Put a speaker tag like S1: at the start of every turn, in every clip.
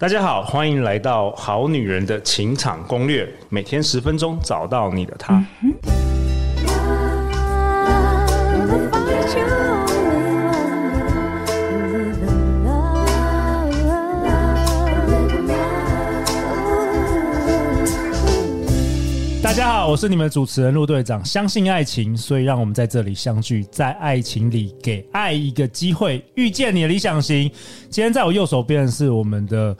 S1: 大家好，欢迎来到《好女人的情场攻略》，每天十分钟，找到你的他。大家好，我是你们主持人陆队长。相信爱情，所以让我们在这里相聚，在爱情里给爱一个机会，遇见你的理想型。今天在我右手边的是我们的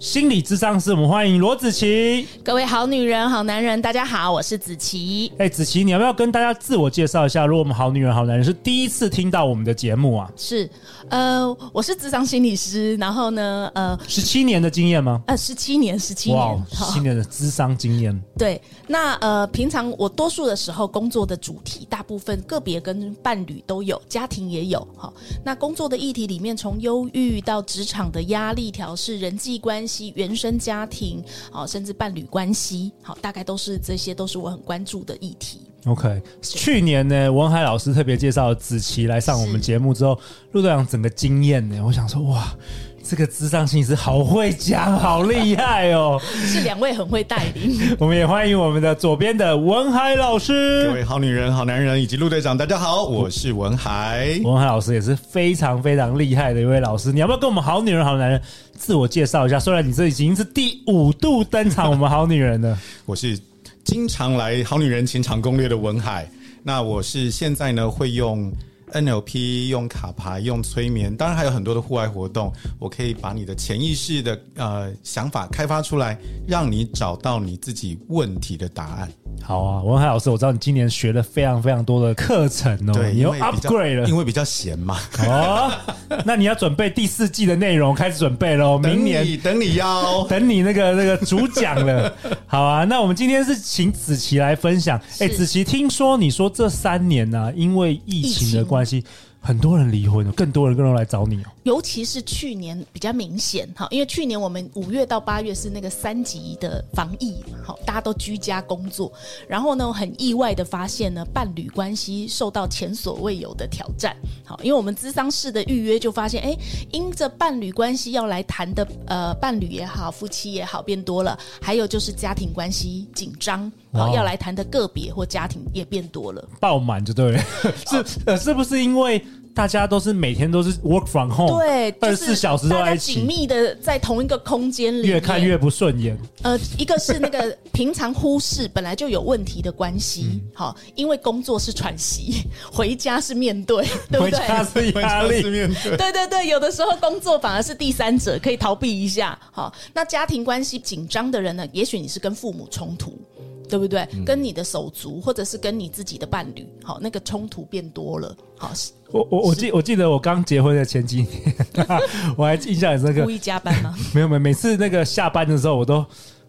S1: 心理智商师，我们欢迎罗子琪。
S2: 各位好女人、好男人，大家好，我是子琪。
S1: 哎、子琪，你要不要跟大家自我介绍一下？如果我们好女人、好男人是第一次听到我们的节目啊，
S2: 是，呃，我是智商心理师，然后呢，呃，
S1: 十七年的经验吗？
S2: 呃，十七年，十七
S1: 哇
S2: 年，，
S1: 十七年的智商经验，
S2: 对，那呃，平常我多数的时候工作的主题，大部分个别跟伴侣都有，家庭也有哈、那工作的议题里面，从忧郁到职场的压力调试、人际关系、原生家庭，好、甚至伴侣关系，好、大概都是这些，都是我很关注的议题。
S1: OK，去年呢，文海老师特别介绍子琪来上我们节目之后，陆队长整个惊艳呢，我想说哇，这个智商心理师好会讲，好厉害 哦！
S2: 是两位很会带领。
S1: 我们也欢迎我们的左边的文海老
S3: 各
S1: 师。
S3: 位好女人、好男人以及陆队长，大家好，我是文海。
S1: 文海老师也是非常非常厉害的一位老师，你要不要跟我们好女人好男人自我介绍一下？虽然你这已经是第五度登场我们好女人了，
S3: 我是经常来《好女人情场攻略》的文海。那我是现在呢会用 NLP、用卡牌、用催眠，当然还有很多的户外活动。我可以把你的潜意识的呃想法开发出来，让你找到你自己问题的答案。
S1: 好啊，文海老师，我知道你今年学了非常非常多的课程哦，
S3: 对，
S1: 你
S3: 因
S1: 又
S3: 为比较
S1: upgrade 了，
S3: 因为比较闲嘛。
S1: 哦，那你要准备第四季的内容，开始准备喽。明
S3: 等
S1: 年
S3: 你等你要。
S1: 等你那个那个主讲了，好啊。那我们今天是请子琪来分享。哎、
S2: 是
S1: 子琪，听说你说这三年呢、因为疫情的关系，很多人离婚了，更多人更多人来找你哦。
S2: 尤其是去年比较明显哈，因为去年我们五月到八月是那个三级的防疫嘛，好，大家都居家工作，然后呢，很意外的发现呢，伴侣关系受到前所未有的挑战。好，因为我们咨商室的预约就发现，哎，因着伴侣关系要来谈的呃伴侣也好，夫妻也好变多了，还有就是家庭关系紧张，
S1: 哇哦
S2: 好要来谈的个别或家庭也变多了。
S1: 爆满就对了， 是呃，是不是因为大家都是每天都是 work from home，
S2: 对，
S1: 哦二
S2: 就
S1: 十
S2: 是
S1: 四小时都在
S2: 大家
S1: 一
S2: 紧
S1: 起，
S2: 密的在同一个空间里面，
S1: 越看越不顺眼。
S2: 呃，一个是那 个平常忽视本来就有问题的关系，
S1: 嗯
S2: 好、因为工作是喘息， 回家是面 对，对不
S1: 回家
S2: 对？
S1: 是 压力，
S3: 面 对。
S2: 对对对，有的时候工作反而是第三者，可以逃避一下。好，那家庭关系紧张的人呢，也许你是跟父母冲突，对不对？
S1: 嗯
S2: 跟你的手足，或者是跟你自己的伴侣，好，那个冲突变多了，好，是
S1: 我我我记我记得我刚结婚的前 几年，我还印象很深刻
S2: 故。意加班吗？
S1: 没有没有，每次那个下班的时候，我都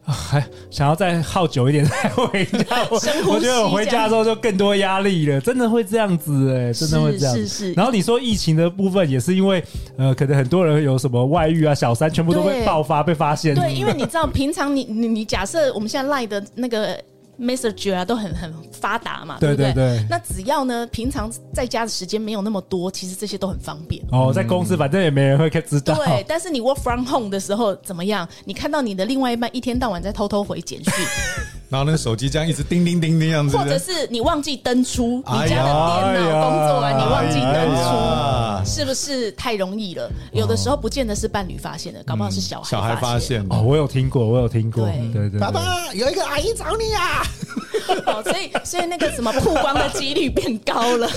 S1: 啊还想要再耗久一点再回家。我
S2: 深呼吸
S1: 我觉得我回家之后就更多压力了，真的会这样子哎、真的会这样。
S2: 是是是
S1: 然后你说疫情的部分也是因为呃，可能很多人有什么外遇啊、小三，全部都被
S2: 对
S1: 爆发、被发现。
S2: 对，因为你知道，平常你你你假设我们现在赖的那个 Messenger 啊，都很很发达嘛，
S1: 对
S2: 不
S1: 对
S2: 对？
S1: 对。
S2: 那只要呢，平常在家的时间没有那么多，其实这些都很方便。
S1: 哦，在公司反正也没人会知道。
S2: 嗯对，但是你 work from home 的时候怎么样？你看到你的另外一半一天到晚在偷偷回简讯，
S3: 然后那个手机这样一直叮叮叮叮这样子，
S2: 或者是你忘记登出你
S3: 哎呀
S2: 家的电脑工作
S1: 哎
S2: 完，
S1: 呀
S2: 你忘记登出。
S3: 哎呀
S2: 是不是太容易了？有的时候不见得是伴侣发现的，搞不好是小孩
S3: 嗯小孩发
S2: 发现。
S3: 现
S1: 哦，我有听过，我有听过。
S2: 对
S1: 对对对。
S3: 爸有一个阿姨找你啊！
S2: 哦，所以所以那个什么曝光的几率变高了。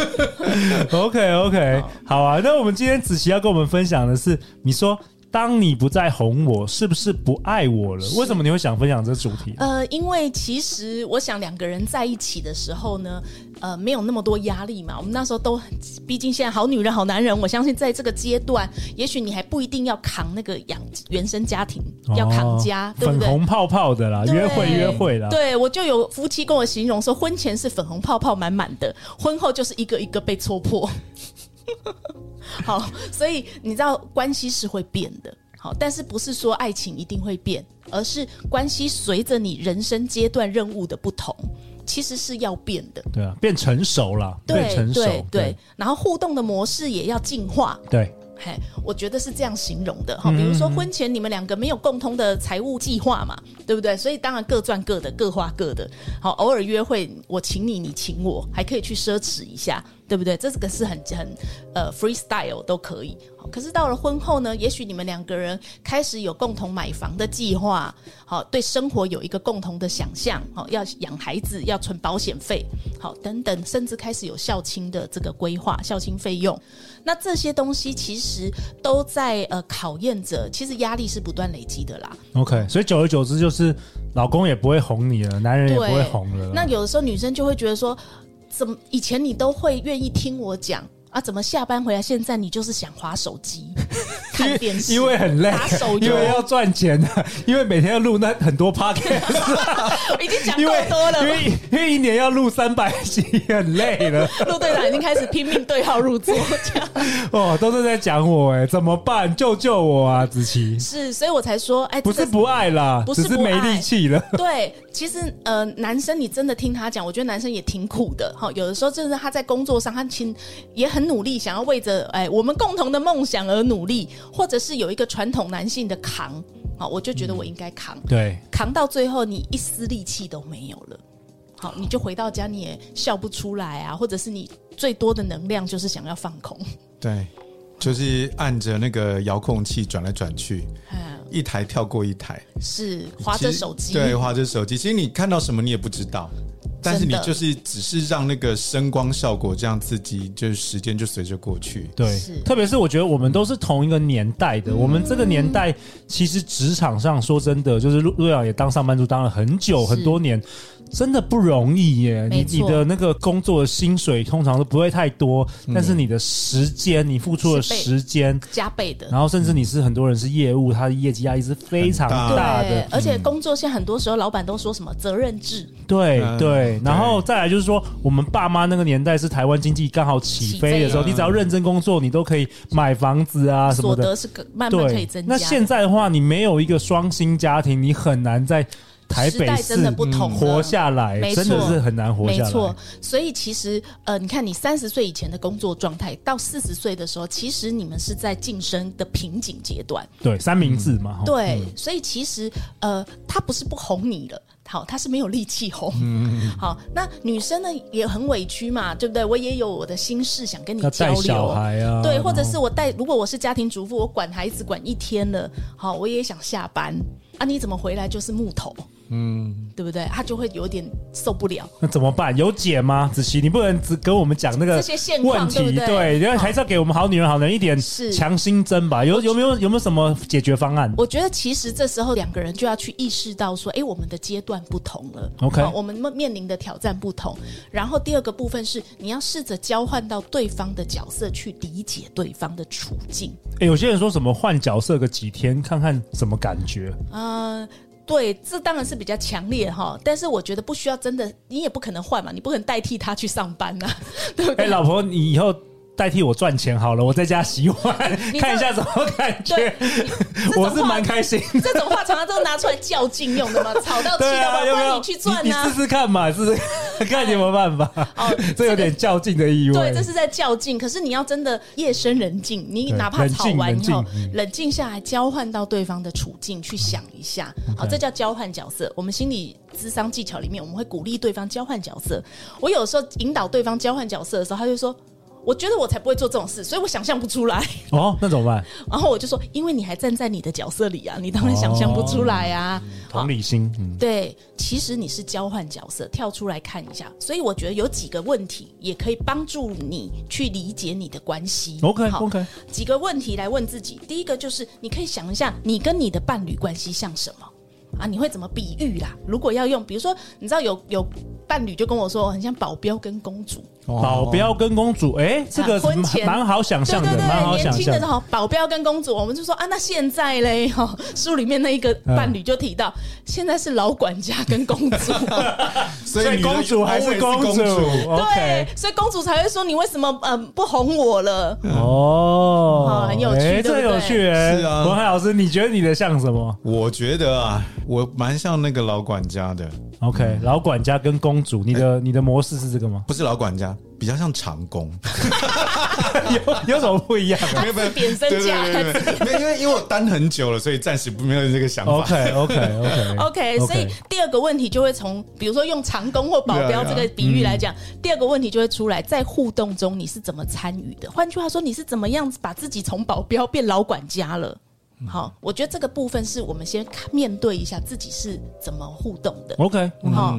S1: OK OK，好啊。那我们今天子琪要跟我们分享的是，你说当你不再哄我，是不是不爱我了？为什么你会想分享这主题？
S2: 呃，因为其实我想两个人在一起的时候呢，呃，没有那么多压力嘛。我们那时候都，毕竟现在好女人、好男人，我相信在这个阶段，也许你还不一定要扛那个养原生家庭，呃要扛家
S1: 哦，
S2: 对不
S1: 粉
S2: 对？
S1: 红泡泡的啦，
S2: 对
S1: 啊约会约会啦。
S2: 对，我就有夫妻跟我形容说，婚前是粉红泡泡满满的，婚后就是一个一个被戳破。 好，所以你知道关系是会变的，好，但是不是说爱情一定会变，而是关系随着你人生阶段任务的不同，其实是要变的。
S1: 对啊，变成熟了，变
S2: 对
S1: 成熟
S2: 对，
S1: 对
S2: 对，然后互动的模式也要进化，
S1: 对
S2: 嘿，我觉得是这样形容的哈。比如说婚前你们两个没有共同的财务计划嘛，对不对？所以当然各赚各的，各花各的。好，偶尔约会我请你，你请我，还可以去奢侈一下，对不对？这个是很很呃 freestyle 都可以。好可是到了婚后呢，也许你们两个人开始有共同买房的计划，好，对生活有一个共同的想象，好，要养孩子，要存保险费，好，等等，甚至开始有孝亲的这个规划，孝亲费用。那这些东西其实都在呃考验着，其实压力是不断累积的啦。
S1: OK，所以久而久之，就是老公也不会哄你了，男人也不会哄了。
S2: 那有的时候女生就会觉得说，怎么以前你都会愿意听我讲啊，怎么下班回来现在你就是想划手 机、看电视，
S1: 因为很累
S2: 打手，
S1: 因
S2: 游，
S1: 为要赚钱的，因为每天要录那很多 podcast，
S2: 已经讲
S1: 因
S2: 够
S1: 为
S2: 多
S1: 因
S2: 了。
S1: 为因为一年要录三百集，很累了。
S2: 陆队长已经开始拼命对号入座，这样
S1: 哦，都是在讲我哎，怎么办？救救我啊，子琪！
S2: 是，所以我才说，哎，
S1: 不
S2: 这
S1: 是
S2: 个
S1: 不爱啦，
S2: 不是
S1: 只是
S2: 不
S1: 没
S2: 爱
S1: 力气了。
S2: 对，其实呃，男生你真的听他讲，我觉得男生也挺苦的哈。有的时候，真的他在工作上，他其实也很努力，想要为着哎我们共同的梦想而努力，或者是有一个传统男性的扛，好，我就觉得我应该扛，
S1: 对，
S2: 扛到最后你一丝力气都没有了，好，你就回到家你也笑不出来啊，或者是你最多的能量就是想要放空，
S3: 对，就是按着那个遥控器转来转去，
S2: 嗯，
S3: 一台跳过一台，
S2: 是划
S3: 其
S2: 着
S3: 实
S2: 手机，
S3: 对，划着手机。其实你看到什么你也不知道，但是你就是只是让那个声光效果这样刺激，就是时间就随着过去。
S1: 对
S2: 是，嗯
S1: 特别是我觉得我们都是同一个年代的，我们这个年代其实职场上说真的，就是陆陆阳也当上班族当了很久
S2: 是
S1: 很多年，真的不容易耶。你
S2: 没
S1: 你
S2: 错
S1: 的那个工作的薪水通常都不会太多，但是你的时间，你付出的
S2: 是被
S1: 时间，
S2: 加倍的。
S1: 然后甚至你是很多人是业务，他的业绩压力是非常
S3: 很大
S1: 大
S2: 对
S1: 的，，嗯
S2: 而且工作现在很多时候，老板都说什么责任制，
S1: 对
S3: 嗯
S1: 对，然后
S3: 对
S1: 再来就是说，我们爸妈那个年代是台湾经济刚好起飞的时候，
S2: 起飞了
S1: 你只要认真工作，你都可以买房子啊什么
S2: 所
S1: 的。
S2: 得是可慢慢可以
S1: 对
S2: 增，加
S1: 那
S2: 的。
S1: 现在的话，你没有一个双薪家庭，你很难在台
S2: 时
S1: 北
S2: 代
S1: 市
S2: 真的不同了
S1: 活下来，
S2: 没错
S1: 真的是很难活
S2: 没
S1: 下来。
S2: 错，所以其实呃，你看你三十岁以前的工作状态，到四十岁的时候，其实你们是在晋升的瓶颈阶段。
S1: 对，三明治嘛，吼，
S2: 对，所以其实呃，他不是不哄你了。好，他是没有力气哄。
S1: 嗯
S2: 好，那女生呢也很委屈嘛，对不对？我也有我的心事想跟你
S1: 要
S2: 交
S1: 带小
S2: 流。
S1: 孩啊，
S2: 对，或者
S1: 然后
S2: 是我带，如果我是家庭主妇，我管孩子管一天了，好，我也想下班啊，你怎么回来就是木头，嗯，对不对？他就会有点受不了。
S1: 那怎么办？有解吗？子琪，你不能只跟我们讲那个
S2: 这些现况
S1: 问
S2: 对
S1: 题，
S2: 不对
S1: 对，因为
S2: 好
S1: 还是要给我们好女人、好男人一点
S2: 是
S1: 强心针吧。有有没有有没有什么解决方案？
S2: 我觉得其实这时候两个人就要去意识到说，哎，我们的阶段不同了啊
S1: OK
S2: 好我们面临的挑战不同。然后第二个部分是，你要试着交换到对方的角色去理解对方的处境。
S1: 诶欸有些人说什么换角色个几天，看看什么感觉。
S2: 嗯，对，这当然是比较强烈哈，但是我觉得不需要真的，你也不可能换嘛，你不可能代替他去上班呐、 对不
S1: 哎、
S2: 对？
S1: 老婆，你以后代替我赚钱好了，我在家洗碗，
S2: 你
S1: 看一下什么感觉
S2: 对。种
S1: 我是蛮开心。
S2: 这种话常常都拿出来较劲用的嘛，吵到气
S1: 对
S2: 到
S1: 啊，要不
S2: 爆，换
S1: 要
S2: 你去赚
S1: 你
S2: 呐、
S1: 你试试看嘛，试试看看你有没有办法。
S2: 哦
S1: 这有点较劲的意味。
S2: 对，这是在较劲。可是你要真的夜深人静，你
S1: 对
S2: 哪怕吵完
S1: 冷
S2: 以
S1: 静嗯
S2: 后
S1: 冷静，
S2: 冷静下来，交换到对方的处境去想一下。好，这叫交换角色。我们心理智商技巧里面，我们会鼓励对方交换角色。我有时候引导对方交换角色的时候，他就说。我觉得我才不会做这种事，所以我想象不出来。
S1: 哦，那怎么办？
S2: 然后我就说，因为你还站在你的角色里啊，你当然想象不出来啊。好。
S1: 同理心，嗯，
S2: 对，其实你是交换角色，跳出来看一下。所以我觉得有几个问题也可以帮助你去理解你的关系。
S1: OK，
S2: 好
S1: OK
S2: 几个问题来问自己。第一个就是你可以想一下，你跟你的伴侣关系像什么啊？你会怎么比喻啦？如果要用，比如说，你知道有有伴侣就跟我说，我很像保镖跟公主。
S1: 保镖跟公主，哎，这个
S2: 啊婚前
S1: 蛮好想象的
S2: 对，对
S1: 蛮
S2: 对，
S1: 好
S2: 年
S1: 想
S2: 轻
S1: 象
S2: 的。哈，保镖跟公主，我们就说啊，那现在嘞哈、书里面那一个
S1: 嗯
S2: 伴侣就提到，现在是老管家跟公主。
S3: 所
S1: 所以
S3: 以
S1: 公主还是公主
S2: 对
S1: ，OK，，
S2: 所以公主才会说你为什么嗯、不哄我了？
S1: 哦
S2: 哦，很有趣
S1: 哎
S2: 对不
S1: 这
S2: 对
S1: 有趣哎。
S3: 是啊
S1: 文海老师，你觉得你的像什么
S3: 我觉得啊，我蛮像那个老管家的，
S1: 嗯哎？OK，老管家跟公主，你的你的模式是这个吗？
S3: 不是老管家，比较像长工，
S1: 有有什么不一样啊
S3: 没有没有
S2: 自贬身
S3: 对对
S2: 价
S3: 对对对没有因为因为我单很久了，所以暂时没有这个想法。
S1: ？OK OK OK
S2: OK，所以第二个问题就会从，比如说用长工或保镖
S3: 对啊嗯
S2: 这个比喻来讲，第二个问题就会出来，在互动中你是怎么参与的？换句话说，你是怎么样子把自己从保镖变老管家了？
S3: 嗯
S2: 好，我觉得这个部分是我们先看面对一下自己是怎么互动的。
S1: OK，
S2: 好、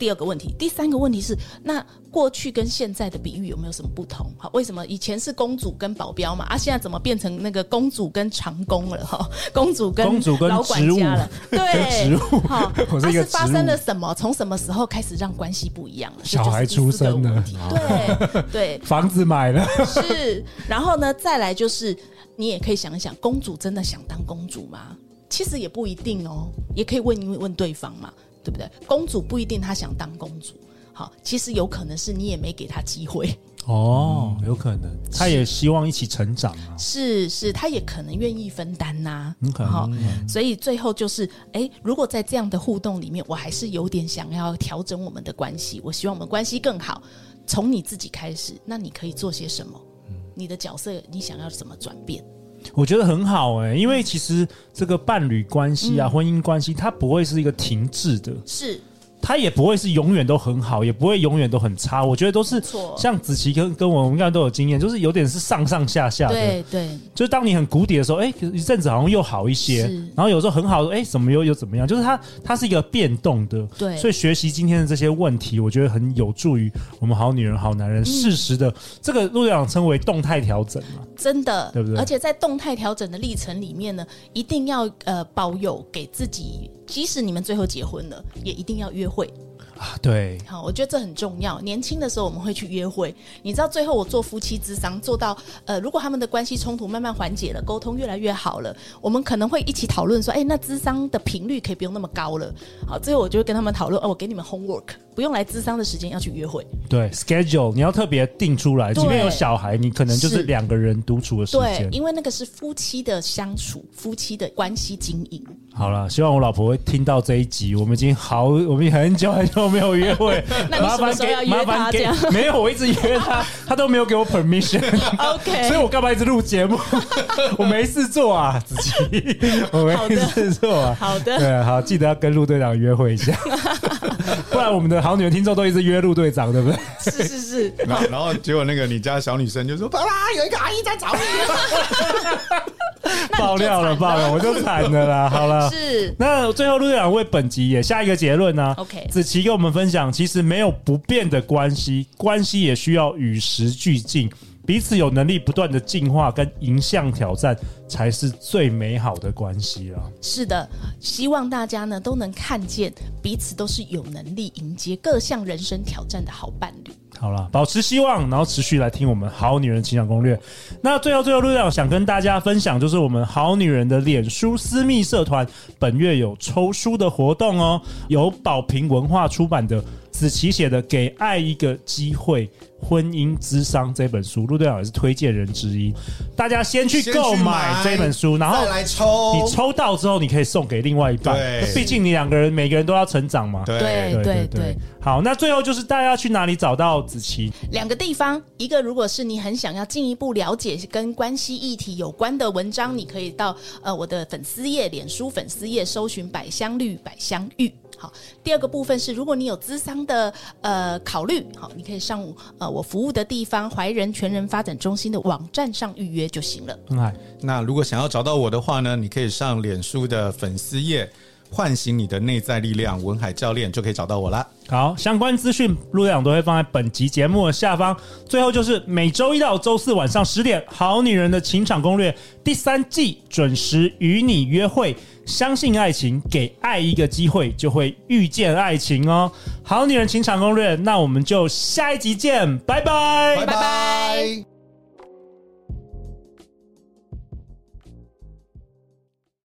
S2: 第二个问题，第三个问题是，那过去跟现在的比喻有没有什么不同？好，为什么以前是公主跟保镖嘛，啊，现在怎么变成那个公主跟长工了？哈， 公主跟
S1: 公主跟
S2: 老管家了，对，
S1: 跟植物
S2: 好，
S1: 我是一个
S2: 啊、是发
S1: 植物
S2: 生了什么？从什么时候开始让关系不一样了？这
S1: 小孩
S2: 就是第四个
S1: 出生了
S2: 问题对对
S1: 房子买了，
S2: 是，然后呢，再来就是你也可以想一想，公主真的想当公主吗？其实也不一定哦，也可以问一问对方嘛，对不对？公主不一定她想当公主，好，其实有可能是你也没给她机会，
S1: 哦，有可能，他也希望一起成长啊。
S2: 是是，她也可能愿意分担呐、
S1: 很可能
S2: 好，所以最后就是，哎，如果在这样的互动里面，我还是有点想要调整我们的关系，我希望我们关系更好，从你自己开始，那你可以做些什么？你的角色，你想要怎么转变？
S1: 我觉得很好哎、因为其实这个伴侣关系
S2: 嗯
S1: 啊、婚姻关系，它不会是一个停滞的，
S2: 是。
S1: 它也不会是永远都很好，也不会永远都很差。我觉得都是
S2: 没错
S1: 像子琪跟跟我们应该都有经验，就是有点是上上下下的。
S2: 对对，
S1: 就是当你很谷底的时候，哎、一阵子好像又好一些
S2: 是，
S1: 然后有时候很好，哎、怎么又又怎么样？就是它它是一个变动的。
S2: 对
S1: 所以学习今天的这些问题，我觉得很有助于我们好女人、好男
S2: 嗯
S1: 人适时的、这个陆队长称为动态调整嘛。
S2: 真的，
S1: 对不对
S2: 而且在动态调整的历程里面呢，一定要呃保有给自己，即使你们最后结婚了，也一定要约会。
S1: 啊，对，
S2: 好，我觉得这很重要。年轻的时候我们会去约会，你知道，最后我做夫妻之商，做到呃，如果他们的关系冲突慢慢缓解了，沟通越来越好了，我们可能会一起讨论说，哎、那智商的频率可以不用那么高了。好，最后我就会跟他们讨论，哦，我给你们 homework，不用来智商的时间要去约会。
S1: 对，schedule 你要特别定出来，
S2: 对
S1: 即便有小孩，你可能就是
S2: 是
S1: 两个人独处的时
S2: 对，
S1: 间。
S2: 因为那个是夫妻的相处，夫妻的关系经营。，
S1: 好了，希望我老婆会听到这一集。我们已经好， 我们已经很久很久没有约会
S2: 那你
S1: 麻
S2: 什么
S1: 烦
S2: 时候要
S1: 给麻
S2: 约她
S1: 烦
S2: 这
S1: 给
S2: 样，
S1: 没有，我一直约她， 她都没有给我 permission，
S2: OK，
S1: 所以我干嘛一直录节 目？我没事做啊，子琪，我没事做啊。
S2: 好的
S1: 对，好，记得要跟陆队长约会一 下，不然我们的好女人听众都一直约陆队长，对不对？
S2: 是 是是，
S3: 然后，然 后结果那个你家小女生就说：“爸爸，有一个阿姨在找你。
S1: 爆料了，爆料，我就惨了啦。好了，
S2: 是
S1: 那最后陆队长为本集也下一个结论呢、
S2: OK
S1: 子琪跟我们分享，其实没有不变的关系，关系也需要与时俱进，彼此有能力不断的进化跟迎向挑战，才是最美好的关系了。
S2: 是的，希望大家呢都能看见彼此都是有能力迎接各项人生挑战的好伴侣。
S1: 好了，保持希望，然后持续来听我们《好女人情感攻略》。那最后，最后，陆队长想跟大家分享，就是我们好女人的脸书私密社团本月有抽书的活动哦，由宝瓶文化出版的子琪写的《给爱一个机会：婚姻之商》这本书，陆队长也是推荐人之一。大家先”去
S3: 先
S1: 购买
S3: 买
S1: 这本书，然后
S3: 再来抽。
S1: 你抽到之后，你可以送给另外一半
S3: 对，
S1: 毕竟你两个人每个人都要成长嘛。
S3: 对，
S2: 哎对对对，
S1: 好，那最后就是大家要去哪里找到子琪？
S2: 两个地方，一个如果是你很想要进一步了解跟关系议题有关的文章，你可以到呃我的粉丝页、脸书粉丝页搜寻“百香绿”“百香玉”。好，第二个部分是，如果你有资商的呃考虑，好，你可以上呃我服务的地方怀仁全人发展中心的网站上预约就行了。
S1: 很海，
S3: 那如果想要找到我的话呢，你可以上脸书的粉丝页，唤醒你的内在力量，文海教练就可以找到我啦。
S1: 好，相关资讯陆队长都会放在本集节目的下方。最后就是每周一到周四晚上十点，《好女人的情场攻略》第三季准时与你约会。相信爱情，给爱一个机会，就会遇见爱情哦。《好女人情场攻略》，那我们就下一集见，拜拜
S3: 拜拜。